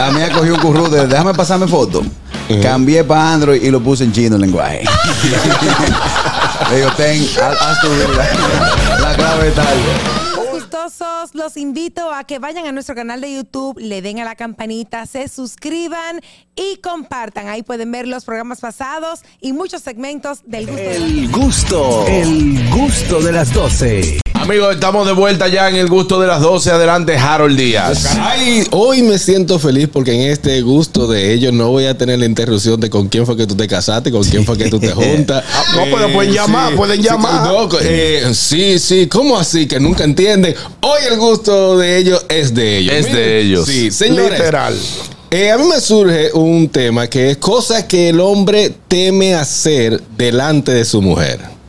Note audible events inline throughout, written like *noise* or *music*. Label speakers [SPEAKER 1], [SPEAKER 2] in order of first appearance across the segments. [SPEAKER 1] la mía cogió un currú de déjame pasarme foto. Cambié para Android y lo puse en chino el *laughs* lenguaje. Le digo, ten, haz, haz tu vida. La clave tal.
[SPEAKER 2] gustosos, los invito a que vayan a nuestro canal de YouTube, le den a la campanita, se suscriban y compartan. Ahí pueden ver los programas pasados y muchos segmentos del gusto. de las-
[SPEAKER 3] El gusto, el gusto de las 12.
[SPEAKER 4] Amigos, estamos de vuelta ya en el gusto de las 12. Adelante, Harold Díaz.
[SPEAKER 5] Ay, hoy me siento feliz porque en este gusto de ellos no voy a tener la interrupción de con quién fue que tú te casaste, con quién fue que tú te juntas.
[SPEAKER 4] Ah, no, pero pueden llamar, pueden
[SPEAKER 5] sí,
[SPEAKER 4] llamar.
[SPEAKER 5] no, co- eh, sí, sí, ¿cómo así? Que nunca entienden. Hoy el gusto de ellos es de ellos.
[SPEAKER 4] Es de ellos.
[SPEAKER 5] Sí, señores.
[SPEAKER 4] Literal.
[SPEAKER 5] Eh, a mí me surge un tema que es cosas que el hombre teme hacer delante de su mujer.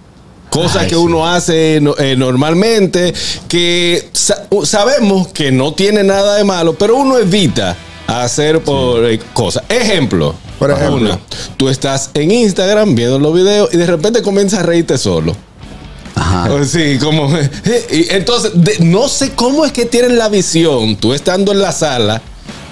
[SPEAKER 5] Cosas que uno hace no- eh, normalmente, que sa- u- sabemos que no tiene nada de malo, pero uno evita hacer por eh, cosas. Ejemplo.
[SPEAKER 6] Por ejemplo.
[SPEAKER 5] Una, tú estás en Instagram viendo los videos y de repente comienzas a reírte solo.
[SPEAKER 1] Ah,
[SPEAKER 5] Oh, Sí, como. *laughs* y entonces, de- no sé cómo es que tienen la visión, tú estando en la sala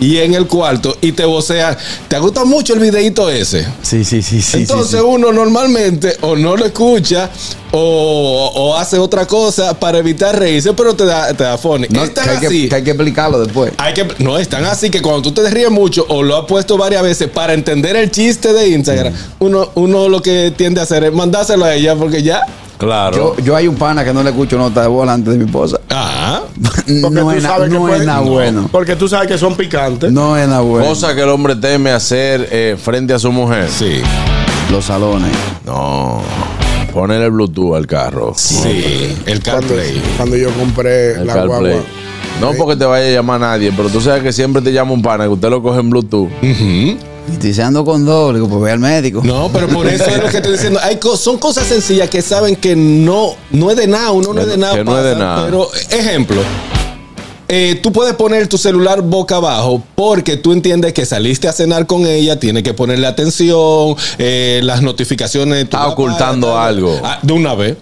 [SPEAKER 5] y en el cuarto y te vocean. ¿Te gusta mucho el videito ese?
[SPEAKER 6] Sí, sí, sí, sí.
[SPEAKER 5] entonces, uno normalmente o no lo escucha o, o hace otra cosa para evitar reírse, pero te da, te da funny.
[SPEAKER 1] No,
[SPEAKER 5] Están
[SPEAKER 1] que hay,
[SPEAKER 5] así.
[SPEAKER 1] que, que hay que explicarlo después.
[SPEAKER 5] Hay que, no, están así que cuando tú te ríes mucho o lo has puesto varias veces para entender el chiste de
[SPEAKER 1] Mm.
[SPEAKER 5] Instagram, uno, uno lo que tiende a hacer es mandárselo a ella porque ya.
[SPEAKER 4] Claro.
[SPEAKER 1] Yo, yo hay un pana que no le escucho nota de bola antes de mi esposa.
[SPEAKER 5] Ah.
[SPEAKER 1] No
[SPEAKER 6] tú
[SPEAKER 1] es nada
[SPEAKER 6] sabes que
[SPEAKER 1] no
[SPEAKER 6] puede-
[SPEAKER 1] es nada
[SPEAKER 6] no.
[SPEAKER 1] bueno.
[SPEAKER 6] Porque tú sabes que son picantes.
[SPEAKER 1] No es nada bueno.
[SPEAKER 4] Cosa que el hombre teme hacer eh, frente a su mujer.
[SPEAKER 5] Sí.
[SPEAKER 1] Los salones.
[SPEAKER 4] No. Poner el Bluetooth al carro.
[SPEAKER 5] Sí, el
[SPEAKER 6] Cuando,
[SPEAKER 5] CarPlay.
[SPEAKER 6] cuando yo compré
[SPEAKER 4] El
[SPEAKER 6] la
[SPEAKER 4] CarPlay.
[SPEAKER 6] guagua.
[SPEAKER 4] No porque te vaya a llamar nadie, pero tú sabes que siempre te llama un pana que usted lo coge en Bluetooth.
[SPEAKER 1] Y te dice ando con doble, digo, pues ve al médico.
[SPEAKER 5] No, pero por eso es lo que estoy diciendo. Hay co- son cosas sencillas que saben que no, no es de nada, uno no es de nada.
[SPEAKER 4] Que no es de nada.
[SPEAKER 5] Pero, ejemplo, eh, tú puedes poner tu celular boca abajo porque tú entiendes que saliste a cenar con ella, tienes que ponerle atención, eh, las notificaciones. tú
[SPEAKER 4] Está
[SPEAKER 5] la
[SPEAKER 4] ocultando
[SPEAKER 5] apagas, tal,
[SPEAKER 4] algo.
[SPEAKER 5] ah, De una vez.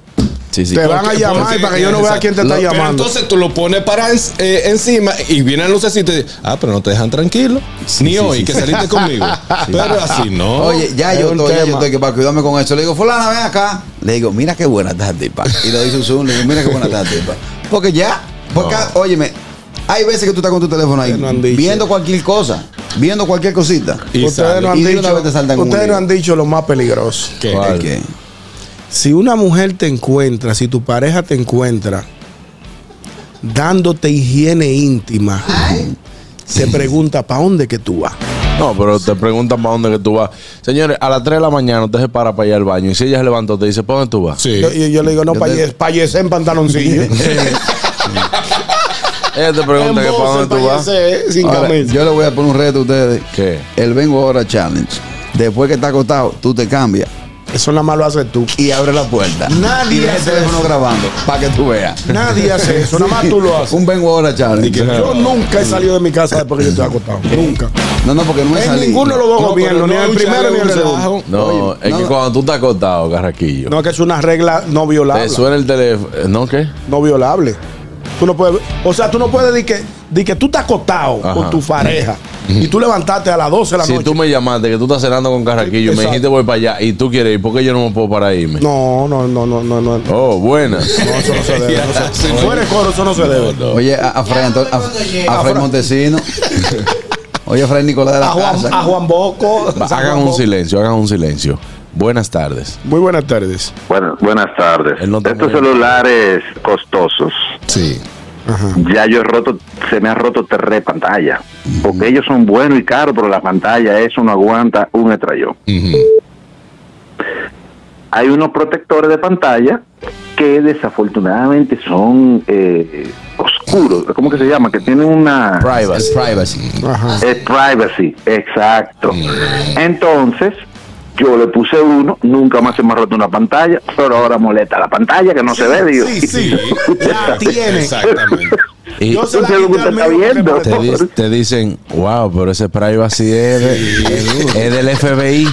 [SPEAKER 1] Sí, sí.
[SPEAKER 6] Te van a
[SPEAKER 5] Porque-
[SPEAKER 6] llamar
[SPEAKER 5] porque-
[SPEAKER 6] para que yo no vea quién te está
[SPEAKER 5] Pero
[SPEAKER 6] llamando.
[SPEAKER 5] entonces tú lo pones para en- eh, encima y vienen los y te dicen, ah, pero no te dejan tranquilo. Ni
[SPEAKER 1] sí,
[SPEAKER 5] hoy,
[SPEAKER 1] sí,
[SPEAKER 5] que
[SPEAKER 1] sí.
[SPEAKER 5] saliste conmigo. Pero así no.
[SPEAKER 1] Oye, ya
[SPEAKER 6] es
[SPEAKER 1] yo
[SPEAKER 6] un
[SPEAKER 1] estoy, ya yo
[SPEAKER 6] tema.
[SPEAKER 1] estoy que para cuidarme con eso. Le digo, fulana, ven acá. Le digo, mira qué buena está esta tipa. Y le dice un zoom, le digo, mira qué buena está esta tipa. Porque ya, porque, óyeme, hay veces que tú estás con tu teléfono ahí,
[SPEAKER 6] Ustedes no han dicho.
[SPEAKER 1] viendo cualquier cosa, viendo cualquier cosita.
[SPEAKER 5] Y sale.
[SPEAKER 6] ustedes no han
[SPEAKER 1] Y de una
[SPEAKER 6] dicho,
[SPEAKER 1] vez te saltan con
[SPEAKER 6] ustedes
[SPEAKER 1] un
[SPEAKER 6] no han dicho lo más peligroso.
[SPEAKER 5] ¿Qué?
[SPEAKER 1] ¿Cuál?
[SPEAKER 6] Si una mujer te encuentra, si tu pareja te encuentra dándote higiene íntima, se pregunta para dónde que tú vas.
[SPEAKER 4] No, pero te preguntan para dónde que tú vas. Señores, a las 3 de la mañana usted se para para ir al baño y si ella se levantó te dice, ¿para dónde tú vas?
[SPEAKER 5] Sí.
[SPEAKER 6] Yo, yo- yo le digo, no,
[SPEAKER 1] Yo
[SPEAKER 6] para
[SPEAKER 1] te-
[SPEAKER 6] en pantaloncillo.
[SPEAKER 4] Ella te pregunta que para dónde tú vas.
[SPEAKER 6] Payesé sin
[SPEAKER 1] Ahora,
[SPEAKER 6] camisa.
[SPEAKER 1] yo le voy a poner un reto a ustedes.
[SPEAKER 4] ¿Qué?
[SPEAKER 1] El vengo ahora challenge. Después que está acostado, tú te cambias
[SPEAKER 6] Eso nada más lo haces tú.
[SPEAKER 1] y abres la puerta.
[SPEAKER 6] Nadie
[SPEAKER 1] Y deja el
[SPEAKER 6] hace
[SPEAKER 1] teléfono grabando para que tú veas.
[SPEAKER 6] Nadie hace eso, nada más tú lo haces.
[SPEAKER 1] Un vengo ahora challenge.
[SPEAKER 6] Yo nunca he salido de mi casa después que yo estoy acostado. Nunca.
[SPEAKER 1] No, no, porque no es
[SPEAKER 6] En
[SPEAKER 1] salir.
[SPEAKER 6] ninguno de los dos
[SPEAKER 5] No,
[SPEAKER 6] gobiernos,
[SPEAKER 5] pero
[SPEAKER 6] ni
[SPEAKER 5] no
[SPEAKER 6] en el
[SPEAKER 5] un
[SPEAKER 6] primero ni en el
[SPEAKER 5] relajo.
[SPEAKER 6] segundo.
[SPEAKER 4] No,
[SPEAKER 1] Oye,
[SPEAKER 4] es que
[SPEAKER 1] no.
[SPEAKER 4] cuando tú estás acostado, Carraquillo,
[SPEAKER 6] No, que es una regla no violable.
[SPEAKER 4] te suena el teléfono. ¿No qué?
[SPEAKER 6] No violable. Tú no puedes, o sea, tú no puedes decir que, di que tú estás acostado
[SPEAKER 4] Ajá.
[SPEAKER 6] con tu pareja y tú levantaste a las 12 de la
[SPEAKER 4] Si
[SPEAKER 6] noche.
[SPEAKER 4] tú me llamaste, que tú estás cenando con Carraquillo, y me
[SPEAKER 6] Exacto.
[SPEAKER 4] dijiste voy para allá y tú quieres ir, ¿por qué yo no me puedo para irme?
[SPEAKER 6] No, no, no, no, no, no. No,
[SPEAKER 4] Oh, buena.
[SPEAKER 6] eso no se debe. No se-
[SPEAKER 5] Sí,
[SPEAKER 6] si
[SPEAKER 5] no.
[SPEAKER 6] fuera el coro, eso no se debe.
[SPEAKER 1] Oye, a, a Fray Anto- a- a Fray
[SPEAKER 6] *laughs*
[SPEAKER 1] Montesino. Oye, a Fray Nicolás de
[SPEAKER 6] A
[SPEAKER 1] la
[SPEAKER 6] Juan,
[SPEAKER 1] Casa.
[SPEAKER 6] a Juan *laughs* Bosco.
[SPEAKER 4] Va,
[SPEAKER 6] San
[SPEAKER 4] hagan
[SPEAKER 6] Juan
[SPEAKER 4] un
[SPEAKER 6] Bosco.
[SPEAKER 4] silencio, hagan un silencio. Buenas tardes.
[SPEAKER 6] Muy buenas tardes.
[SPEAKER 7] Bueno, buenas tardes.
[SPEAKER 4] Él no está
[SPEAKER 7] Estos
[SPEAKER 4] muy bien.
[SPEAKER 7] celulares costosos,
[SPEAKER 5] Sí.
[SPEAKER 7] ya yo he roto, se me han roto tres pantallas. Porque ellos son buenos y caros, pero la pantalla, eso no aguanta un estrellón. Hay unos protectores de pantalla que desafortunadamente son eh, oscuros. ¿Cómo que se llama? Que tienen una...
[SPEAKER 1] Privacy. Privacy.
[SPEAKER 6] Ajá.
[SPEAKER 7] Es Eh, privacy, exacto. Entonces, yo le puse uno, nunca más se me ha roto
[SPEAKER 5] *laughs*
[SPEAKER 7] una *laughs* pantalla, pero ahora molesta la pantalla que no se ve, digo.
[SPEAKER 5] Sí, sí.
[SPEAKER 6] La tiene.
[SPEAKER 5] Exactamente.
[SPEAKER 4] Y
[SPEAKER 6] Yo se la
[SPEAKER 7] Yo sé lo que
[SPEAKER 6] quité al
[SPEAKER 7] usted está
[SPEAKER 6] mío porque
[SPEAKER 7] viendo.
[SPEAKER 6] me
[SPEAKER 4] te,
[SPEAKER 6] tocó.
[SPEAKER 4] di- *laughs* te dicen, wow, pero ese privacy es, de- es del FBI.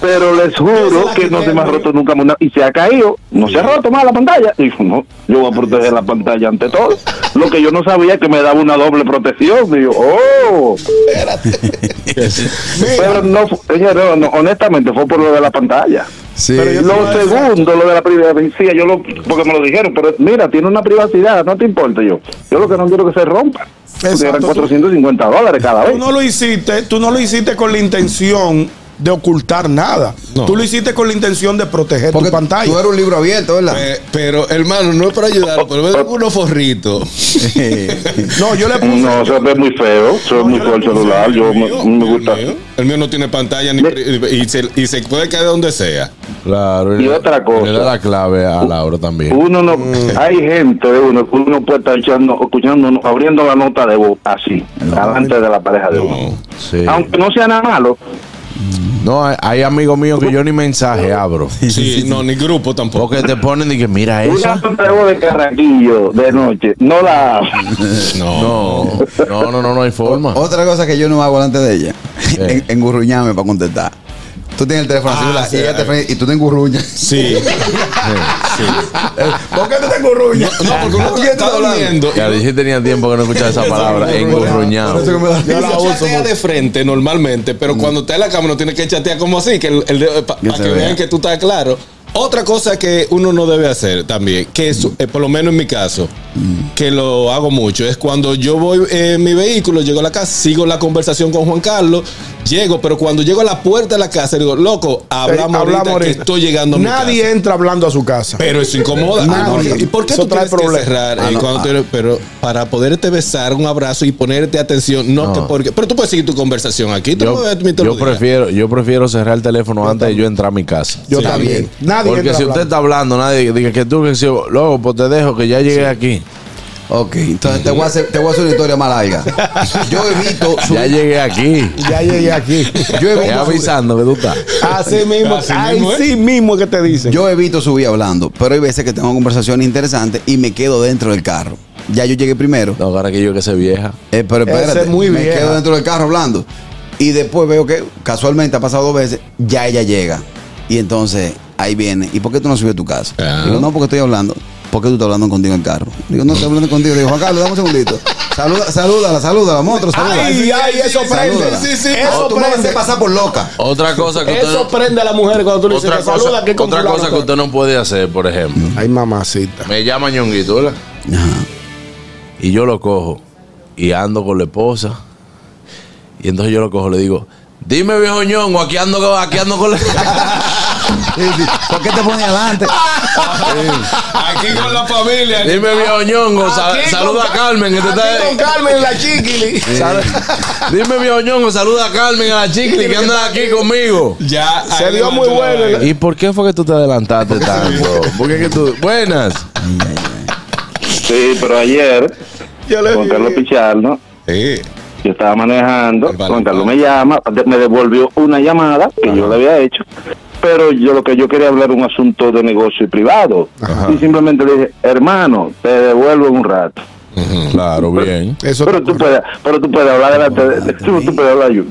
[SPEAKER 7] Pero les juro que no se me ha roto nunca una- y se ha caído, no se ha roto más la pantalla. Y dijo, no, yo voy a proteger la pantalla ante todo. Lo que yo no sabía es que me daba una doble protección. Digo, oh. *laughs* Pero no, fu- oye, no, no, honestamente fue por lo de la pantalla.
[SPEAKER 1] Sí.
[SPEAKER 7] Lo segundo, lo de la privacidad, yo lo, porque me lo dijeron, pero mira, tiene una privacidad, no te importa yo. Yo lo que no quiero que se rompa. Porque
[SPEAKER 6] Exacto,
[SPEAKER 7] eran
[SPEAKER 6] tú-
[SPEAKER 7] 450 dólares cada
[SPEAKER 6] Tú
[SPEAKER 7] vez.
[SPEAKER 6] no lo hiciste, tú no lo hiciste con la intención de ocultar nada.
[SPEAKER 5] No.
[SPEAKER 6] Tú lo hiciste con la intención de proteger
[SPEAKER 1] Porque
[SPEAKER 6] tu pantalla.
[SPEAKER 1] tú eres un libro abierto, ¿verdad?
[SPEAKER 5] Eh, pero, hermano, no es para ayudar, pero es unos forritos.
[SPEAKER 1] *laughs*
[SPEAKER 6] No, yo le puse.
[SPEAKER 7] No, se ve muy feo, se ve muy
[SPEAKER 6] yo
[SPEAKER 7] feo el
[SPEAKER 6] le puse
[SPEAKER 7] celular, yo me,
[SPEAKER 5] Mío,
[SPEAKER 7] me
[SPEAKER 5] el
[SPEAKER 7] gusta.
[SPEAKER 5] mío. El mío no tiene pantalla ni,
[SPEAKER 7] Me-
[SPEAKER 5] pri- y, se, y se puede caer donde sea.
[SPEAKER 4] Claro.
[SPEAKER 7] Y otra cosa. Uh,
[SPEAKER 4] Le da la clave a Laura también.
[SPEAKER 7] Uno no, hay gente, uno, uno puede estar echando, escuchando, abriendo la nota de voz así, delante de la pareja de uno.
[SPEAKER 4] Sí.
[SPEAKER 7] Aunque no sea nada malo,
[SPEAKER 4] No, hay- hay amigos míos que yo ni mensaje
[SPEAKER 6] *laughs*
[SPEAKER 4] abro.
[SPEAKER 5] Sí, no, ni grupo tampoco.
[SPEAKER 4] Porque te ponen y que mira
[SPEAKER 7] una
[SPEAKER 4] esa.
[SPEAKER 7] nota de voz de carraquillo de noche, no la *laughs*
[SPEAKER 5] No.
[SPEAKER 4] No, no, no, no, no hay forma.
[SPEAKER 1] Otra cosa que yo no hago delante de ella,
[SPEAKER 4] Eh.
[SPEAKER 1] en- engurruñarme para contestar. Tú tienes el teléfono
[SPEAKER 5] Ah,
[SPEAKER 1] celular
[SPEAKER 5] sí,
[SPEAKER 1] y, ella te frena y tú te
[SPEAKER 5] *laughs*
[SPEAKER 1] engurruñas.
[SPEAKER 5] Sí.
[SPEAKER 1] ¿Por qué tú te engurruñas?
[SPEAKER 5] No, porque uno
[SPEAKER 1] ¿Con quién
[SPEAKER 5] está,
[SPEAKER 1] tú estás
[SPEAKER 5] está
[SPEAKER 1] hablando?
[SPEAKER 5] durmiendo.
[SPEAKER 4] Ya dije tenía tiempo que no escuchaba esa palabra,
[SPEAKER 1] Por eso que
[SPEAKER 4] engurruñado.
[SPEAKER 1] me da
[SPEAKER 5] Yo
[SPEAKER 1] risa.
[SPEAKER 5] la uso de frente normalmente, pero cuando está en la cámara no tiene que chatear como así, que el, el dedo- pa-
[SPEAKER 1] Que
[SPEAKER 5] para
[SPEAKER 1] se
[SPEAKER 5] que
[SPEAKER 1] vea.
[SPEAKER 5] vean que tú estás claro. Otra cosa que uno no debe hacer también, que es, eh, por lo menos en mi caso, que lo hago mucho, es cuando yo voy eh, en mi vehículo, llego a la casa, sigo la conversación con Juan Carlos, llego, pero cuando llego a la puerta de la casa, digo, loco, hablamos,
[SPEAKER 6] Eh,
[SPEAKER 5] ahorita,
[SPEAKER 6] hablamos
[SPEAKER 5] que
[SPEAKER 6] ahorita.
[SPEAKER 5] estoy llegando a mi
[SPEAKER 6] Nadie
[SPEAKER 5] casa.
[SPEAKER 6] entra hablando a su casa.
[SPEAKER 5] Pero eso incomoda.
[SPEAKER 6] Nadie.
[SPEAKER 5] Ah, no, no. ¿Y por qué
[SPEAKER 6] Eso
[SPEAKER 5] tú
[SPEAKER 6] trae
[SPEAKER 5] tienes que
[SPEAKER 6] problemas.
[SPEAKER 5] cerrar? eh, cuando tú- pero para poderte besar, un abrazo y ponerte atención, no,
[SPEAKER 4] No.
[SPEAKER 5] que porque. Pero tú puedes seguir tu conversación aquí. Tú
[SPEAKER 4] Yo,
[SPEAKER 5] puedes admitir
[SPEAKER 4] yo
[SPEAKER 5] lo diga.
[SPEAKER 4] prefiero, yo prefiero cerrar el teléfono antes de yo entrar a mi casa.
[SPEAKER 6] yo
[SPEAKER 5] Sí.
[SPEAKER 6] también. Nadie
[SPEAKER 4] Porque
[SPEAKER 6] entra
[SPEAKER 4] si usted
[SPEAKER 6] hablando.
[SPEAKER 4] está hablando, nadie diga que tú que si luego pues te dejo que ya llegué aquí.
[SPEAKER 1] Ok, entonces te voy, a hacer, te voy a hacer una historia más larga. Yo evito, su-
[SPEAKER 4] Ya llegué aquí.
[SPEAKER 6] Ya llegué aquí.
[SPEAKER 1] yo
[SPEAKER 4] Ya
[SPEAKER 1] evito, su-
[SPEAKER 4] avisando que tú estás.
[SPEAKER 6] Así mismo,
[SPEAKER 5] Así
[SPEAKER 6] ahí
[SPEAKER 5] mismo, ¿eh?
[SPEAKER 6] sí mismo es que te dicen.
[SPEAKER 1] yo evito subir hablando, pero hay veces que tengo conversaciones interesantes y me quedo dentro del carro. Ya yo llegué primero.
[SPEAKER 4] No, ahora que yo que se vieja.
[SPEAKER 1] Eh, pero
[SPEAKER 6] Ese
[SPEAKER 1] espérate,
[SPEAKER 6] es muy
[SPEAKER 1] me
[SPEAKER 6] vieja.
[SPEAKER 1] quedo dentro del carro hablando. Y después veo que casualmente ha pasado dos veces, ya ella llega. Y entonces ahí viene. ¿Y por qué tú no subes a tu casa?
[SPEAKER 5] Ah.
[SPEAKER 1] Digo, no, porque estoy hablando. ¿Por qué tú estás hablando contigo en el carro? Digo, no estoy hablando contigo. Digo, Juan Carlos, dame un segundito. Saluda, salúdala, salúdala, monstruo, salúdala.
[SPEAKER 6] Ay, ay, eso prende.
[SPEAKER 1] Salúdala.
[SPEAKER 6] Sí, sí,
[SPEAKER 1] Oh,
[SPEAKER 6] eso
[SPEAKER 1] tú no me
[SPEAKER 6] prende.
[SPEAKER 1] haces pasar por loca.
[SPEAKER 4] Otra cosa que
[SPEAKER 6] Eso
[SPEAKER 4] usted,
[SPEAKER 6] prende a la mujer cuando tú le dices
[SPEAKER 4] otra
[SPEAKER 6] "Te saluda
[SPEAKER 4] cosa,
[SPEAKER 6] aquí con
[SPEAKER 4] otra
[SPEAKER 6] fulano".
[SPEAKER 4] cosa que usted no puede hacer, por ejemplo.
[SPEAKER 6] Ay, mamacita.
[SPEAKER 4] Me llama ñonguito, ¿verdad?
[SPEAKER 1] Ajá.
[SPEAKER 4] Y yo lo cojo y ando con la esposa. Y entonces yo lo cojo, le digo, dime viejo ñongo, aquí ando, con- aquí ando con la.
[SPEAKER 6] *laughs*
[SPEAKER 1] Sí, sí. ¿Por qué te pones adelante?
[SPEAKER 5] Aquí con la familia.
[SPEAKER 4] dime viejo ñongo, sa-
[SPEAKER 6] Aquí
[SPEAKER 4] saluda
[SPEAKER 6] con-
[SPEAKER 4] a Carmen. Que te
[SPEAKER 6] Aquí con
[SPEAKER 4] está...
[SPEAKER 6] Carmen
[SPEAKER 4] *laughs*
[SPEAKER 6] la chiquili. ¿Sabes?
[SPEAKER 4] Dime viejo ñongo, saluda a Carmen, a la chiquili que anda aquí conmigo.
[SPEAKER 5] Ya.
[SPEAKER 6] Se
[SPEAKER 5] ahí
[SPEAKER 6] dio
[SPEAKER 5] levantó
[SPEAKER 6] muy
[SPEAKER 5] la
[SPEAKER 6] bueno.
[SPEAKER 5] vaina.
[SPEAKER 4] ¿Y por qué fue que tú te *laughs* adelantaste tanto? ¿Por qué que tú.? Buenas.
[SPEAKER 7] Sí, pero ayer,
[SPEAKER 6] Yo le
[SPEAKER 7] Juan
[SPEAKER 6] dije.
[SPEAKER 7] Carlos Pichardo,
[SPEAKER 5] *laughs* Sí.
[SPEAKER 7] yo estaba manejando,
[SPEAKER 5] El balón.
[SPEAKER 7] Juan Carlos me llama, de- me devolvió una llamada que yo le había hecho, pero yo lo que yo quería hablar era un asunto de negocio y privado. Y simplemente le dije, hermano, te devuelvo en un rato.
[SPEAKER 4] Claro, bien.
[SPEAKER 6] Eso
[SPEAKER 7] pero,
[SPEAKER 6] te
[SPEAKER 7] tú puedes, pero tú puedes hablar delante de
[SPEAKER 1] Adelante,
[SPEAKER 7] tú,
[SPEAKER 1] sí.
[SPEAKER 7] tú puedes hablar yo.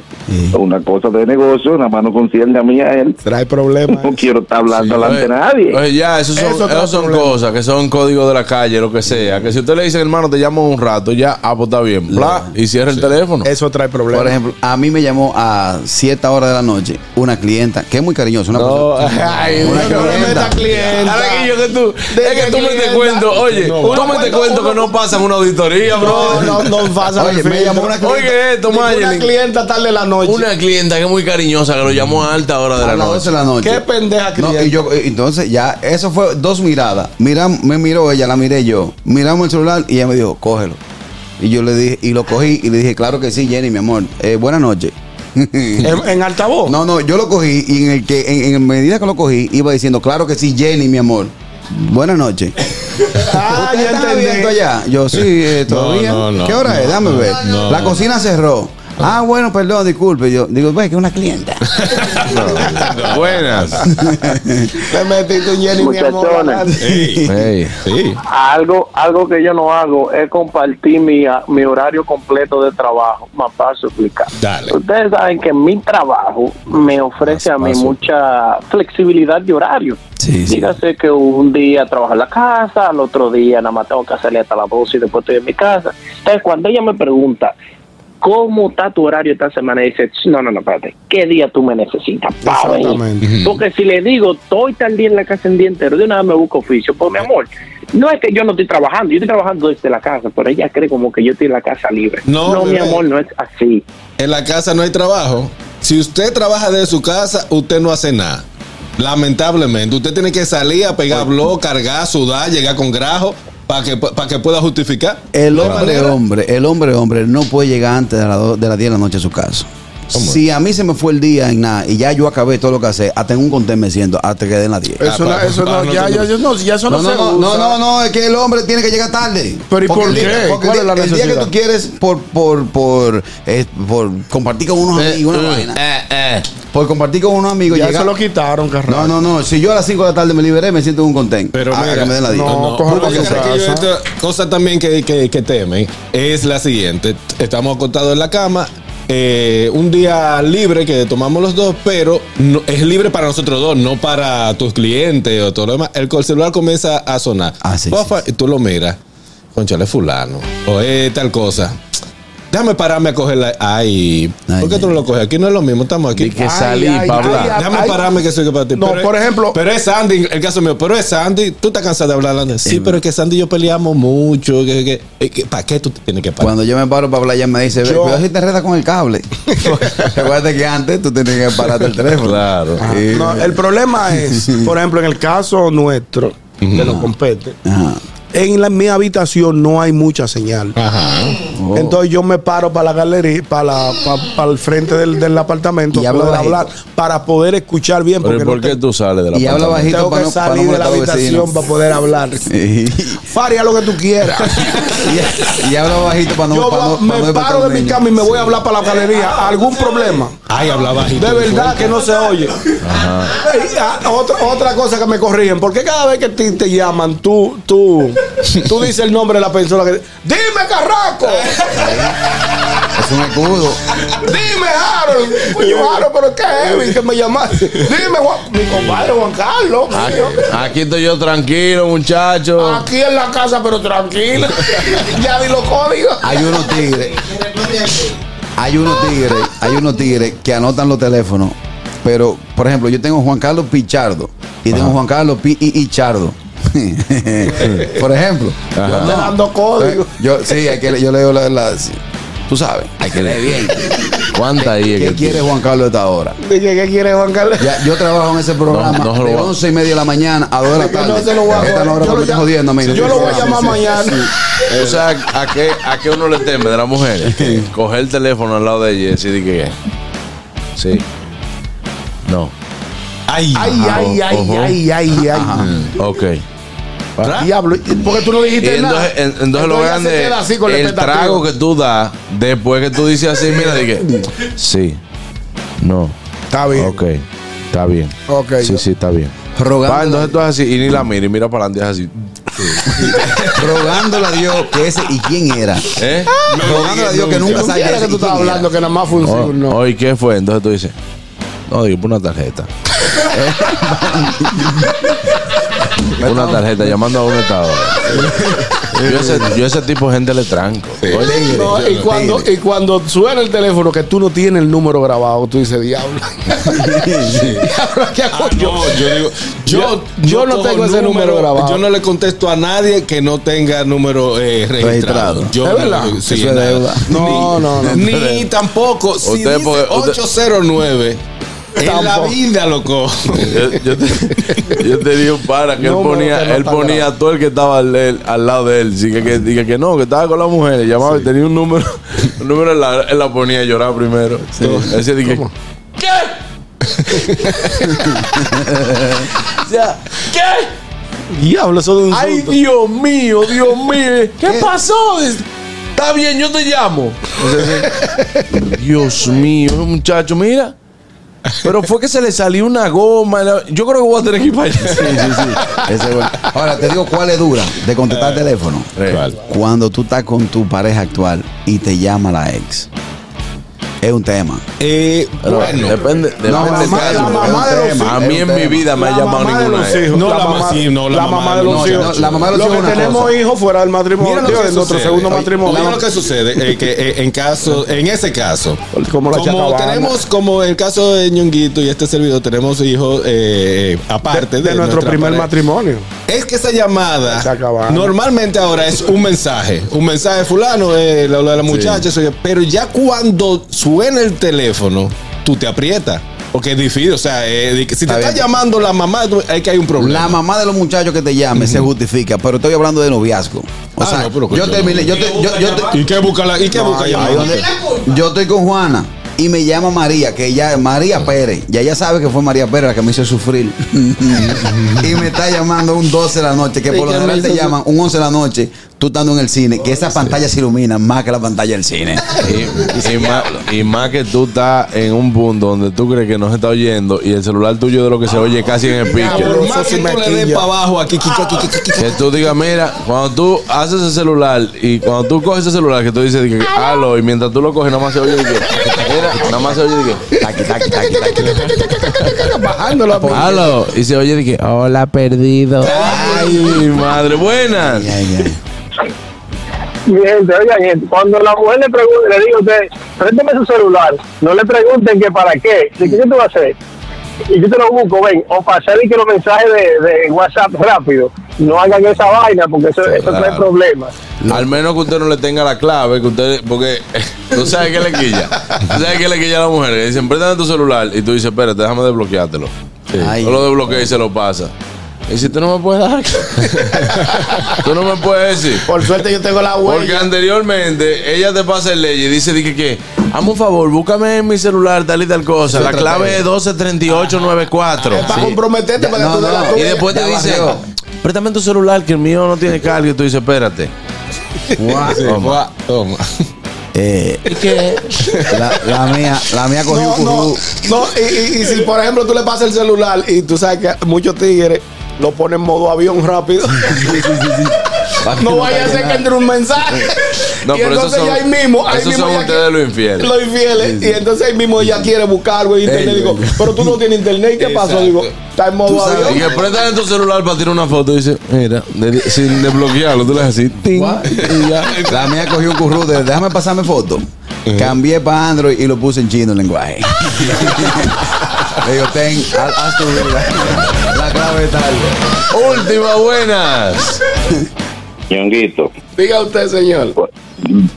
[SPEAKER 7] Una cosa de negocio, una mano concierne a mí a él.
[SPEAKER 6] trae problemas.
[SPEAKER 7] No quiero estar hablando delante de
[SPEAKER 4] Oye,
[SPEAKER 7] nadie.
[SPEAKER 4] oye, ya, eso son,
[SPEAKER 6] Eso
[SPEAKER 4] eso
[SPEAKER 6] trae
[SPEAKER 4] son
[SPEAKER 6] problemas.
[SPEAKER 4] cosas que son códigos de la calle, lo que sea. Que si usted le dice, hermano, te llamo un rato, ya, ah, pues está bien. Bla, y cierra el teléfono.
[SPEAKER 6] Eso trae problemas.
[SPEAKER 1] Por ejemplo, a mí me llamó a cierta hora de la noche una clienta que es muy cariñosa, una
[SPEAKER 4] No,
[SPEAKER 1] persona-
[SPEAKER 4] *laughs* ay,
[SPEAKER 1] Una
[SPEAKER 4] Dios, no
[SPEAKER 1] clienta.
[SPEAKER 4] me metas clienta. Ahora que yo que tú,
[SPEAKER 6] De
[SPEAKER 4] es que tú me te
[SPEAKER 6] clienta.
[SPEAKER 4] cuento, oye,
[SPEAKER 6] No,
[SPEAKER 4] tú me te
[SPEAKER 6] cuando
[SPEAKER 4] cuento
[SPEAKER 6] uno-
[SPEAKER 4] que no pasan una auditoría, bro.
[SPEAKER 6] No, no, no pasa
[SPEAKER 1] Oye,
[SPEAKER 6] el
[SPEAKER 1] me llamó
[SPEAKER 6] filtro.
[SPEAKER 1] una
[SPEAKER 4] Oye, esto,
[SPEAKER 6] Una
[SPEAKER 4] Mayelin.
[SPEAKER 6] clienta tarde de la noche.
[SPEAKER 4] Una clienta que es muy cariñosa, que lo llamó a alta hora de
[SPEAKER 1] a
[SPEAKER 4] la
[SPEAKER 1] las 12
[SPEAKER 4] noche.
[SPEAKER 1] de la noche.
[SPEAKER 6] Qué pendeja
[SPEAKER 1] No,
[SPEAKER 6] clienta.
[SPEAKER 1] y yo, eh, entonces ya, eso fue dos miradas. Mira, me miró ella, la miré yo. Miramos el celular y ella me dijo, cógelo. Y yo le dije, y lo cogí y le dije, claro que sí, Jenny, mi amor. Eh, buenas noches.
[SPEAKER 6] en, en
[SPEAKER 1] *laughs*
[SPEAKER 6] altavoz.
[SPEAKER 1] No, no, yo lo cogí y en el que, en, en medida que lo cogí, iba diciendo, claro que sí, Jenny, mi amor. Buenas noches.
[SPEAKER 6] Ah,
[SPEAKER 1] ¿Usted
[SPEAKER 6] ya
[SPEAKER 1] está abierto
[SPEAKER 6] entendí.
[SPEAKER 1] allá? Yo sí, eh, todavía.
[SPEAKER 5] no, no,
[SPEAKER 1] ¿Qué hora
[SPEAKER 5] no,
[SPEAKER 1] es? Dame ver.
[SPEAKER 5] no,
[SPEAKER 1] la
[SPEAKER 5] no.
[SPEAKER 1] cocina cerró. Ah, bueno, perdón, disculpe. Yo digo, pues que es una
[SPEAKER 5] *laughs*
[SPEAKER 1] clienta.
[SPEAKER 5] Buenas.
[SPEAKER 6] Te metiste un Jenny, mi amor. Eh,
[SPEAKER 8] Muchachones.
[SPEAKER 6] adelante.
[SPEAKER 5] Ey,
[SPEAKER 4] Ey.
[SPEAKER 5] sí.
[SPEAKER 8] Algo, algo que yo no hago es compartir mi, mi horario completo de trabajo. Más paso explicar.
[SPEAKER 5] Dale.
[SPEAKER 8] Ustedes saben que mi trabajo me ofrece a mí
[SPEAKER 5] paso.
[SPEAKER 8] mucha flexibilidad de horario.
[SPEAKER 4] Sí, sí.
[SPEAKER 8] Dígase que un día trabajo en la casa, al otro día nada más tengo que salir hasta las 12 y después estoy en mi casa. Entonces, cuando ella me pregunta, ¿cómo está tu horario esta semana? Dice, "Ch, no, no, no, espérate, ¿qué día tú me necesitas? Pa' venir?"
[SPEAKER 6] Exactamente.
[SPEAKER 8] Porque si le digo, estoy tan día en la casa en día entero, de una vez me busco oficio. Pues, mi amor, no es que yo no estoy trabajando, yo estoy trabajando desde la casa, pero ella cree como que yo estoy en la casa libre.
[SPEAKER 5] No,
[SPEAKER 8] mi
[SPEAKER 5] bebé.
[SPEAKER 8] amor, no es así.
[SPEAKER 5] En la casa no hay trabajo. Si usted trabaja desde su casa, usted no hace nada. Lamentablemente, usted tiene que salir a pegar blog, cargar, sudar, llegar con grajo para que, para que pueda justificar.
[SPEAKER 1] El
[SPEAKER 5] No hay
[SPEAKER 1] hombre,
[SPEAKER 5] manera.
[SPEAKER 1] hombre, el hombre, hombre, no puede llegar antes de, las do- de las 10 de la noche a su casa. Si a mí se me fue el día en nada y ya yo acabé todo lo que hacía, hasta en un contén me siento hasta que den las 10.
[SPEAKER 6] Eso,
[SPEAKER 5] Ah,
[SPEAKER 6] no,
[SPEAKER 5] pa-
[SPEAKER 6] eso
[SPEAKER 5] pa-
[SPEAKER 6] no,
[SPEAKER 5] no
[SPEAKER 6] ya,
[SPEAKER 5] te-
[SPEAKER 6] ya, ya, no, ya eso no,
[SPEAKER 1] No,
[SPEAKER 6] se
[SPEAKER 1] no, no, no,
[SPEAKER 6] usa.
[SPEAKER 1] no, no, es que el hombre tiene que llegar tarde.
[SPEAKER 6] Pero, ¿y por
[SPEAKER 1] Porque el día-
[SPEAKER 6] qué?
[SPEAKER 1] porque
[SPEAKER 6] ¿Cuál
[SPEAKER 1] el, día-
[SPEAKER 6] es la
[SPEAKER 1] el día que
[SPEAKER 6] necesidad?
[SPEAKER 1] tú quieres por, por, por, eh, por compartir con unos
[SPEAKER 6] Eh,
[SPEAKER 1] amigos una vaina.
[SPEAKER 4] Eh,
[SPEAKER 1] Por compartir con unos amigos.
[SPEAKER 6] Ya
[SPEAKER 1] llegar-
[SPEAKER 6] se lo quitaron, carnal.
[SPEAKER 1] no, no, no. Si yo a las 5 de la tarde me liberé, me siento en un contén.
[SPEAKER 5] Pero
[SPEAKER 1] Hasta
[SPEAKER 5] mira,
[SPEAKER 1] que me den las 10.
[SPEAKER 6] no,
[SPEAKER 5] Ojo,
[SPEAKER 6] Ojo,
[SPEAKER 5] porque
[SPEAKER 6] que
[SPEAKER 5] aquí yo
[SPEAKER 6] pasa.
[SPEAKER 5] entro- cosa también que, que- que temen es la siguiente. Estamos acostados en la cama. eh, un día libre que tomamos los dos, pero no- es libre para nosotros dos, no para tus clientes o todo lo demás. El, col- celular comienza a sonar.
[SPEAKER 1] Ah, sí,
[SPEAKER 5] Vos
[SPEAKER 1] sí,
[SPEAKER 5] fa- Tú lo miras. Conchale fulano. O eh, tal cosa. Déjame pararme a cogerla. Ay,
[SPEAKER 1] Ay,
[SPEAKER 5] ¿por qué tú no lo coges? Aquí no es lo mismo, estamos aquí.
[SPEAKER 4] Di que
[SPEAKER 5] Ay,
[SPEAKER 4] salí para hablar.
[SPEAKER 5] Déjame pararme que soy que para ti.
[SPEAKER 6] No, por ejemplo-
[SPEAKER 5] Pero es Sandy, el caso mío. Pero es Sandy. Tú estás cansada de hablar. Andy? Sí, pero es que Sandy y yo peleamos mucho. Que, que- eh, que- ¿Para qué tú te tienes que parar?
[SPEAKER 1] Cuando yo me paro para hablar, ya me dice, ve,
[SPEAKER 6] Yo-
[SPEAKER 1] cuidado si te enredas con el cable. *laughs* Recuerda que antes tú tenías que pararte el teléfono.
[SPEAKER 4] Claro.
[SPEAKER 1] Ajá.
[SPEAKER 6] Ah, no,
[SPEAKER 1] *laughs*
[SPEAKER 6] el problema es, por ejemplo, en el caso nuestro, que nos compete,
[SPEAKER 1] Ajá.
[SPEAKER 6] en la, mi habitación no hay mucha señal.
[SPEAKER 5] Ajá.
[SPEAKER 1] Oh.
[SPEAKER 6] Entonces yo me paro para la galería, para, la- pa- para el frente del, del apartamento,
[SPEAKER 1] Y habla
[SPEAKER 6] poder
[SPEAKER 1] bajito.
[SPEAKER 6] hablar, para poder escuchar bien.
[SPEAKER 4] Pero ¿y
[SPEAKER 6] Porque
[SPEAKER 4] por
[SPEAKER 6] no
[SPEAKER 4] qué
[SPEAKER 6] te-
[SPEAKER 4] tú sales de la
[SPEAKER 1] Y habla
[SPEAKER 4] pantalla?
[SPEAKER 1] bajito
[SPEAKER 6] tengo
[SPEAKER 1] para
[SPEAKER 6] que
[SPEAKER 1] no, para no
[SPEAKER 6] salir de
[SPEAKER 1] molestar
[SPEAKER 6] la
[SPEAKER 1] a los
[SPEAKER 6] habitación
[SPEAKER 1] vecinos.
[SPEAKER 6] para poder hablar.
[SPEAKER 1] *laughs* y,
[SPEAKER 6] Faria lo que tú quieras.
[SPEAKER 1] *laughs* y habla bajito para no
[SPEAKER 6] yo
[SPEAKER 1] para
[SPEAKER 6] va-
[SPEAKER 1] no- para no
[SPEAKER 6] me
[SPEAKER 1] despertar
[SPEAKER 6] paro
[SPEAKER 1] a
[SPEAKER 6] de
[SPEAKER 1] los
[SPEAKER 6] mi
[SPEAKER 1] niños.
[SPEAKER 6] cama y me voy a hablar para la galería. ¿Algún problema?
[SPEAKER 5] Ay, hablaba bajito.
[SPEAKER 6] De verdad que no se oye. Ey, ah, otra, otra cosa que me corrigen, ¿por qué cada vez que te, te llaman, tú, tú, tú dices el nombre de la persona que dime Carraco,
[SPEAKER 1] Es un escudo.
[SPEAKER 6] dime Harold, Coño, Harold, pero qué heavy que me llamaste, dime Juan- mi compadre Juan Carlos,
[SPEAKER 1] Ah,
[SPEAKER 6] mío.
[SPEAKER 4] Aquí estoy yo tranquilo, muchacho.
[SPEAKER 6] aquí en la casa pero tranquila, *laughs* ya di los códigos.
[SPEAKER 1] Hay unos tigres. Hay unos tigres. Hay unos tigres que anotan los teléfonos. Pero, por ejemplo, yo tengo Juan Carlos Pichardo. Y tengo Juan Carlos Pi y y Chardo. por ejemplo.
[SPEAKER 6] Yo te dando código.
[SPEAKER 1] Yo, sí, hay que, le- yo leo la, la- sí. Tú sabes. Hay que leer bien.
[SPEAKER 4] ¿Cuánta ahí es
[SPEAKER 1] ¿Qué
[SPEAKER 4] que
[SPEAKER 1] quiere
[SPEAKER 4] tú-
[SPEAKER 1] Juan Carlos a esta hora?
[SPEAKER 6] Dije, ¿qué quiere Juan Carlos?
[SPEAKER 1] Ya, yo trabajo en ese programa
[SPEAKER 4] No, no se lo
[SPEAKER 1] de
[SPEAKER 4] va-
[SPEAKER 1] 11 y media de la mañana a 2 de la
[SPEAKER 6] Yo
[SPEAKER 1] tarde.
[SPEAKER 6] no se lo voy a
[SPEAKER 1] Esta
[SPEAKER 6] joder.
[SPEAKER 1] no hora
[SPEAKER 6] Yo
[SPEAKER 1] que
[SPEAKER 6] lo
[SPEAKER 1] me está
[SPEAKER 6] ll-
[SPEAKER 1] jodiendo, mira.
[SPEAKER 6] Yo lo voy a
[SPEAKER 1] Sí,
[SPEAKER 6] llamar
[SPEAKER 1] sí, sí.
[SPEAKER 6] mañana.
[SPEAKER 4] O sea, ¿a qué, ¿a qué uno le teme de la mujer? Coger el teléfono al lado de ella y decir que qué. Sí. No.
[SPEAKER 5] Ay,
[SPEAKER 6] Ay, ay, ay, ay, ay, ay.
[SPEAKER 4] Ok.
[SPEAKER 6] Diablo, porque tú no
[SPEAKER 4] Y
[SPEAKER 6] dijiste nada.
[SPEAKER 4] entonces, en- entonces lo
[SPEAKER 6] ya se
[SPEAKER 4] grande
[SPEAKER 6] queda así con la
[SPEAKER 4] el
[SPEAKER 6] expectativa.
[SPEAKER 4] trago que tú das después que tú dices así, mira, dije, sí, no,
[SPEAKER 6] Está bien.
[SPEAKER 4] ok, está bien.
[SPEAKER 6] Ok,
[SPEAKER 4] Sí,
[SPEAKER 6] ya.
[SPEAKER 4] sí, está bien. Va,
[SPEAKER 1] Rogándole,
[SPEAKER 4] entonces tú haces así y ni la mira y mira para adelante es así.
[SPEAKER 1] rogándole a Dios que ese y quién era.
[SPEAKER 4] ¿Eh?
[SPEAKER 6] Ah.
[SPEAKER 1] rogándole a Dios que nunca
[SPEAKER 6] Tú
[SPEAKER 1] salga ese
[SPEAKER 6] quieres que tú
[SPEAKER 1] y
[SPEAKER 6] estás
[SPEAKER 1] quién era.
[SPEAKER 6] hablando que nada más fue un sí, un no.
[SPEAKER 4] Oye, Oh, ¿qué fue? Entonces tú dices, no, digo, por una
[SPEAKER 6] *laughs*
[SPEAKER 4] tarjeta. una tarjeta llamando a un estado. Yo ese, yo ese tipo de gente le tranco.
[SPEAKER 1] Tigre,
[SPEAKER 6] No, y,
[SPEAKER 1] tigre.
[SPEAKER 6] cuando, y cuando suena el teléfono que tú no tienes el número grabado, tú dices, diablo. diablo, ¿qué hago yo?
[SPEAKER 5] No, yo digo, yo,
[SPEAKER 6] Yo- yo no
[SPEAKER 5] cojo
[SPEAKER 6] tengo ese número grabado.
[SPEAKER 5] Yo no le contesto a nadie que no tenga número eh, registrado.
[SPEAKER 1] Registrado.
[SPEAKER 5] Yo
[SPEAKER 6] ¿Es
[SPEAKER 5] no-
[SPEAKER 6] verdad?
[SPEAKER 5] sí,
[SPEAKER 1] Eso es
[SPEAKER 5] nada.
[SPEAKER 1] deuda.
[SPEAKER 6] No, no, no.
[SPEAKER 5] Ni tampoco. Si
[SPEAKER 4] Usted
[SPEAKER 5] dice
[SPEAKER 4] porque- usted-
[SPEAKER 5] 809. En la
[SPEAKER 6] Tampoco.
[SPEAKER 5] vida, loco.
[SPEAKER 4] Yo, yo te, yo te digo para que él
[SPEAKER 6] Número
[SPEAKER 4] ponía,
[SPEAKER 6] que no
[SPEAKER 4] él
[SPEAKER 6] está
[SPEAKER 4] ponía a todo el que estaba al, él- al lado de él. Así que, que, dije que no, que estaba con la mujer. Llamaba y tenía un número. *laughs* Un número él la, él la ponía a llorar primero. Ese dije,
[SPEAKER 6] Diablo, eso de un
[SPEAKER 4] ¡Ay, *laughs*
[SPEAKER 6] susto.
[SPEAKER 4] Dios mío, Dios mío! ¿Qué, pasó?
[SPEAKER 5] Está bien, yo te llamo.
[SPEAKER 4] Dios mío, ese muchacho, mira. Pero fue que se le salió una goma. la- Yo creo que voy a tener que ir para allá.
[SPEAKER 1] Sí, sí, sí. Ese es bueno. Ahora te digo cuál es dura de contestar teléfono.
[SPEAKER 5] ¿Cuál?
[SPEAKER 1] Cuando tú estás con tu pareja actual y te llama la ex. Es un tema.
[SPEAKER 5] Eh,
[SPEAKER 4] Pero
[SPEAKER 5] bueno.
[SPEAKER 4] Depende, depende
[SPEAKER 1] No, la
[SPEAKER 4] del
[SPEAKER 1] mamá-
[SPEAKER 4] caso.
[SPEAKER 1] la mamá de los
[SPEAKER 4] a
[SPEAKER 1] hijos.
[SPEAKER 4] mí en mi vida me ha
[SPEAKER 6] La
[SPEAKER 4] llamado
[SPEAKER 6] mamá de
[SPEAKER 4] ninguna.
[SPEAKER 6] los
[SPEAKER 4] ex.
[SPEAKER 6] hijos.
[SPEAKER 5] No, la mamá- sí, no, la mamá
[SPEAKER 6] de
[SPEAKER 5] no,
[SPEAKER 6] los
[SPEAKER 5] ya
[SPEAKER 6] hijos.
[SPEAKER 1] no, la mamá de los
[SPEAKER 6] Lo
[SPEAKER 1] hijos
[SPEAKER 6] que
[SPEAKER 1] es una
[SPEAKER 6] tenemos
[SPEAKER 1] cosa.
[SPEAKER 6] hijos fuera del matrimonio,
[SPEAKER 1] Mira lo que
[SPEAKER 6] tío, en nuestro
[SPEAKER 5] sucede.
[SPEAKER 6] segundo
[SPEAKER 5] Oye,
[SPEAKER 6] matrimonio.
[SPEAKER 5] Mira lo que sucede, eh, que eh, en caso, en ese caso,
[SPEAKER 6] Como la
[SPEAKER 5] como
[SPEAKER 6] chacabana.
[SPEAKER 5] tenemos, como el caso de Ñonguito y este servidor, tenemos hijos eh, aparte
[SPEAKER 6] de, de nuestro
[SPEAKER 5] nuestra
[SPEAKER 6] primer
[SPEAKER 5] pareja.
[SPEAKER 6] matrimonio.
[SPEAKER 5] Es que esa llamada
[SPEAKER 6] Chacabana.
[SPEAKER 5] normalmente ahora es un mensaje, un mensaje de fulano, eh, la, la- la muchacha, eso ya. pero ya cuando suena el teléfono, tú te aprietas. Porque es difícil, o sea, eh, de que si te
[SPEAKER 1] Está
[SPEAKER 5] está
[SPEAKER 1] bien.
[SPEAKER 5] llamando la mamá, tú- es que hay un problema.
[SPEAKER 1] La mamá de los muchachos que te llame se justifica, pero estoy hablando de noviazgo. O
[SPEAKER 5] Ah,
[SPEAKER 1] sea,
[SPEAKER 5] no, pero que
[SPEAKER 1] yo
[SPEAKER 5] yo
[SPEAKER 1] terminé, yo, te- yo- yo te-
[SPEAKER 5] ¿Y qué busca la, y qué busca
[SPEAKER 1] Ay,
[SPEAKER 5] llamar?
[SPEAKER 1] ay, donde- yo estoy con Juana y me llama María, que ella María Pérez. Ya ella sabe que fue María Pérez la que me hizo sufrir. *laughs* y me está llamando un 12 de la noche, que por lo general te llaman un 11 de la noche, tú estando en el cine, que esa pantalla se ilumina más que la pantalla del cine.
[SPEAKER 4] Y, y más, y más que tú estás en un punto donde tú crees que no se está oyendo y el celular tuyo de lo que se oye casi en el pique.
[SPEAKER 5] Por más que tú le des para abajo aquí, aquí, aquí, aquí, aquí,
[SPEAKER 4] Que tú digas, mira, cuando tú haces el celular y cuando tú coges ese celular que tú dices, que, aló, y mientras tú lo coges, nada más se oye, de que, mira, nada más se oye, de que,
[SPEAKER 1] Taqui, taqui, taqui, taqui.
[SPEAKER 6] Bajándolo a
[SPEAKER 4] aló, y se oye, de que, hola, perdido. Ay, madre, buenas.
[SPEAKER 1] Ya, ya.
[SPEAKER 8] Gente, oigan, gente, cuando la mujer le pregunte, le digo a usted, présteme su celular, no le pregunten que para qué, de que yo te voy a hacer. Y yo te lo busco, ven, o pasar y que los mensajes de, de WhatsApp rápido. No hagan esa vaina porque eso, eso trae
[SPEAKER 4] Claro.
[SPEAKER 8] problemas.
[SPEAKER 4] Al menos que usted no le tenga la clave, que usted, porque *laughs* tú sabes que le quilla. Tú sabes que le quilla a la mujer. Le dicen, préstame tu celular. Y tú dices, espérate, déjame desbloqueártelo.
[SPEAKER 1] Ay.
[SPEAKER 4] Yo lo desbloqueo y se lo pasa. Y si tú no me puedes dar, *laughs* tú no me puedes decir.
[SPEAKER 6] Por suerte yo tengo la
[SPEAKER 4] Porque
[SPEAKER 6] huella.
[SPEAKER 4] anteriormente ella te pasa el ley y dice, dije que, hazme un favor, búscame en mi celular tal y tal cosa. La clave es 123894.
[SPEAKER 6] Es para
[SPEAKER 4] Sí.
[SPEAKER 6] comprometerte para
[SPEAKER 1] no,
[SPEAKER 6] que tú de
[SPEAKER 1] no,
[SPEAKER 6] la
[SPEAKER 1] y
[SPEAKER 4] Y
[SPEAKER 6] tuya.
[SPEAKER 4] después te
[SPEAKER 1] Ya
[SPEAKER 4] dice,
[SPEAKER 1] bajó.
[SPEAKER 4] préstame tu celular que el mío no tiene carga. Y tú dices, espérate.
[SPEAKER 1] Guau.
[SPEAKER 5] Sí, Toma. Toma.
[SPEAKER 1] Eh, la, la mía, la mía cogió
[SPEAKER 6] No,
[SPEAKER 1] un
[SPEAKER 6] no,
[SPEAKER 1] curru-
[SPEAKER 6] no. Y, y- y si, por ejemplo, tú le pasas el celular y tú sabes que muchos tigres lo ponen en modo avión rápido. *laughs* no vaya a ser que entre un mensaje.
[SPEAKER 4] No,
[SPEAKER 6] y
[SPEAKER 4] pero esos
[SPEAKER 6] entonces
[SPEAKER 4] son,
[SPEAKER 6] ya ahí mismo, ahí
[SPEAKER 4] esos
[SPEAKER 6] mismo
[SPEAKER 4] son
[SPEAKER 6] ya
[SPEAKER 4] ustedes
[SPEAKER 6] quiere-
[SPEAKER 4] los infieles.
[SPEAKER 6] los infieles. Y entonces ahí mismo ella quiere buscar algo en internet.
[SPEAKER 5] Ey,
[SPEAKER 6] digo,
[SPEAKER 5] ey.
[SPEAKER 6] pero tú no tienes internet. ¿Y qué pasó?
[SPEAKER 5] Exacto.
[SPEAKER 6] Digo, está en modo
[SPEAKER 4] Y
[SPEAKER 6] avión.
[SPEAKER 4] que préstame tu celular para tirar una foto y dice, mira, de- sin desbloquearlo, tú le haces así, ting, y ya.
[SPEAKER 1] *laughs*
[SPEAKER 4] Eh.
[SPEAKER 1] La mía cogió un curru de déjame pasarme foto. Cambié para Android y lo puse en chino el lenguaje.
[SPEAKER 4] *laughs*
[SPEAKER 1] Le digo, ten, haz, haz tu vida. La clave tal.
[SPEAKER 4] Última buenas.
[SPEAKER 7] Ñonguito,
[SPEAKER 6] Diga usted, señor.
[SPEAKER 7] pues,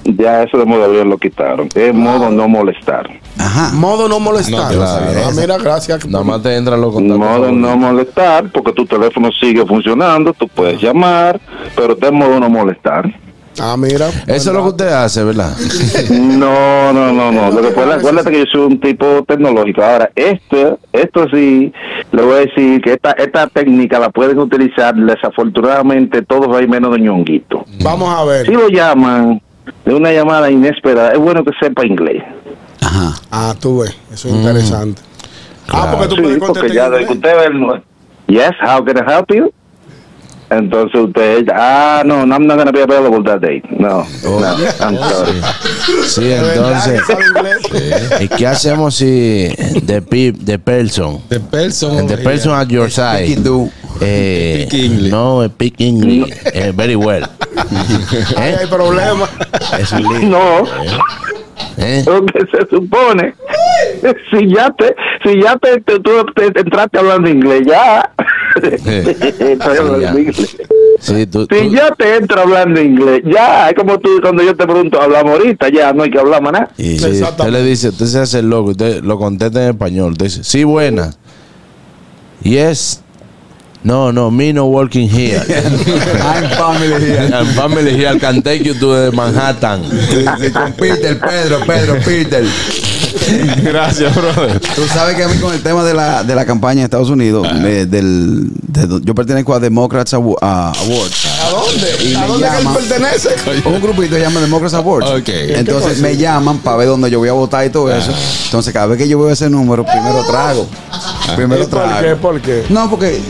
[SPEAKER 7] ya eso de modo avión lo quitaron. Es modo no molestar.
[SPEAKER 1] Ajá.
[SPEAKER 6] Modo no molestar.
[SPEAKER 5] No,
[SPEAKER 1] claro.
[SPEAKER 6] Ah, mira, gracias.
[SPEAKER 4] Nada más te entran los contactos.
[SPEAKER 7] Modo no molestar, porque tu teléfono sigue funcionando, tú puedes llamar, pero ten modo no molestar.
[SPEAKER 6] Ah, mira.
[SPEAKER 4] Eso es lo que usted hace, ¿verdad?
[SPEAKER 7] No, no, no, no. Lo que pasa- acuérdate que yo soy un tipo tecnológico. Ahora, esto, esto sí, le voy a decir que esta, esta técnica la pueden utilizar desafortunadamente todos hay menos de ñonguito.
[SPEAKER 6] Vamos a
[SPEAKER 7] Si
[SPEAKER 6] ver.
[SPEAKER 7] lo llaman de una llamada inesperada, es bueno que sepa inglés.
[SPEAKER 1] Ajá.
[SPEAKER 6] Ah, tú ves. Eso
[SPEAKER 1] Mm.
[SPEAKER 6] es interesante. Ah, porque tú
[SPEAKER 7] Sí,
[SPEAKER 6] puedes
[SPEAKER 7] porque
[SPEAKER 6] contestar.
[SPEAKER 7] ya
[SPEAKER 6] en
[SPEAKER 7] de que
[SPEAKER 6] inglés.
[SPEAKER 7] usted ve el nue- Yes, how can I help you? Entonces usted, ah, no, I'm not going to be available that day. No, no, I'm sorry.
[SPEAKER 4] Sí,
[SPEAKER 6] De verdad, que sabe inglés.
[SPEAKER 4] ¿Y qué hacemos si the, pe- the person?
[SPEAKER 5] The
[SPEAKER 6] Oh,
[SPEAKER 5] person.
[SPEAKER 4] The person at your side.
[SPEAKER 1] Piquitú.
[SPEAKER 4] Eh,
[SPEAKER 5] Speak English.
[SPEAKER 4] no, speak English eh, very
[SPEAKER 6] *laughs*
[SPEAKER 4] well.
[SPEAKER 6] Ahí
[SPEAKER 4] ¿Eh?
[SPEAKER 6] hay
[SPEAKER 1] *laughs*
[SPEAKER 6] problema.
[SPEAKER 4] Es un lío.
[SPEAKER 7] No,
[SPEAKER 4] ¿Eh?
[SPEAKER 7] lo que se supone. *laughs* Si ya te, si ya te, te- tú te entraste hablando inglés, ya. *laughs* Estoy hablando inglés.
[SPEAKER 4] Sí, tú,
[SPEAKER 7] Si
[SPEAKER 4] tú-
[SPEAKER 7] ya te entra hablando inglés, ya. Es como tú cuando yo te pregunto, hablamos ahorita, ya no hay que hablar más nada.
[SPEAKER 4] Sí, sí. usted le dice, usted se hace el loco, usted lo contesta en español. Usted dice, sí, buena. Yes. No, no, me no working
[SPEAKER 6] *laughs*
[SPEAKER 4] here.
[SPEAKER 1] I'm family here.
[SPEAKER 4] I'm family here, can take you to the Manhattan. *laughs*
[SPEAKER 1] Sí, sí, con Peter, Pedro, Pedro, Peter.
[SPEAKER 5] Gracias, brother.
[SPEAKER 1] Tú sabes que a mí con el tema de la, de la campaña de Estados Unidos, de- del, de do- yo pertenezco a Democrats Awa- a- Awards.
[SPEAKER 9] ¿A
[SPEAKER 1] Y
[SPEAKER 9] dónde?
[SPEAKER 1] me
[SPEAKER 9] ¿A dónde que él
[SPEAKER 1] llama-
[SPEAKER 9] pertenece?
[SPEAKER 1] Un grupito se llama Democrats Awards.
[SPEAKER 5] Ok.
[SPEAKER 1] Entonces me llaman para ver dónde yo voy a votar y todo eso. Entonces cada vez que yo veo ese número, primero trago. Primero
[SPEAKER 9] ¿Y por qué?
[SPEAKER 1] trago.
[SPEAKER 9] ¿Por qué?
[SPEAKER 1] No, porque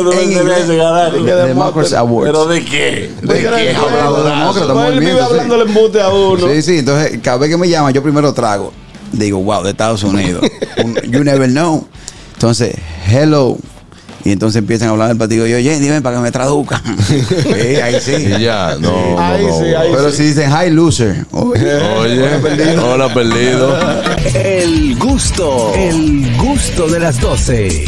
[SPEAKER 1] en inglés, Democrats Awards.
[SPEAKER 4] de qué?
[SPEAKER 9] ¿De qué
[SPEAKER 1] hablado de demócrata,
[SPEAKER 9] Él vive
[SPEAKER 1] movimiento, sí.
[SPEAKER 9] hablándole embute a uno.
[SPEAKER 1] Sí, sí, entonces cada vez que me llaman, yo primero trago. Digo, wow, de Estados Unidos. Un- you never know. Entonces, hello. Y entonces empiezan a hablar del partido. Yo, oye, dime para que me traduzcan. sí, ahí sí.
[SPEAKER 4] Y ya, no. no,
[SPEAKER 9] Ahí
[SPEAKER 4] no.
[SPEAKER 9] sí, ahí
[SPEAKER 1] Pero
[SPEAKER 9] sí.
[SPEAKER 1] si dicen, hi,
[SPEAKER 4] *laughs*
[SPEAKER 1] loser. Oye,
[SPEAKER 4] Oye, hola perdido.
[SPEAKER 3] El gusto, el gusto de las 12.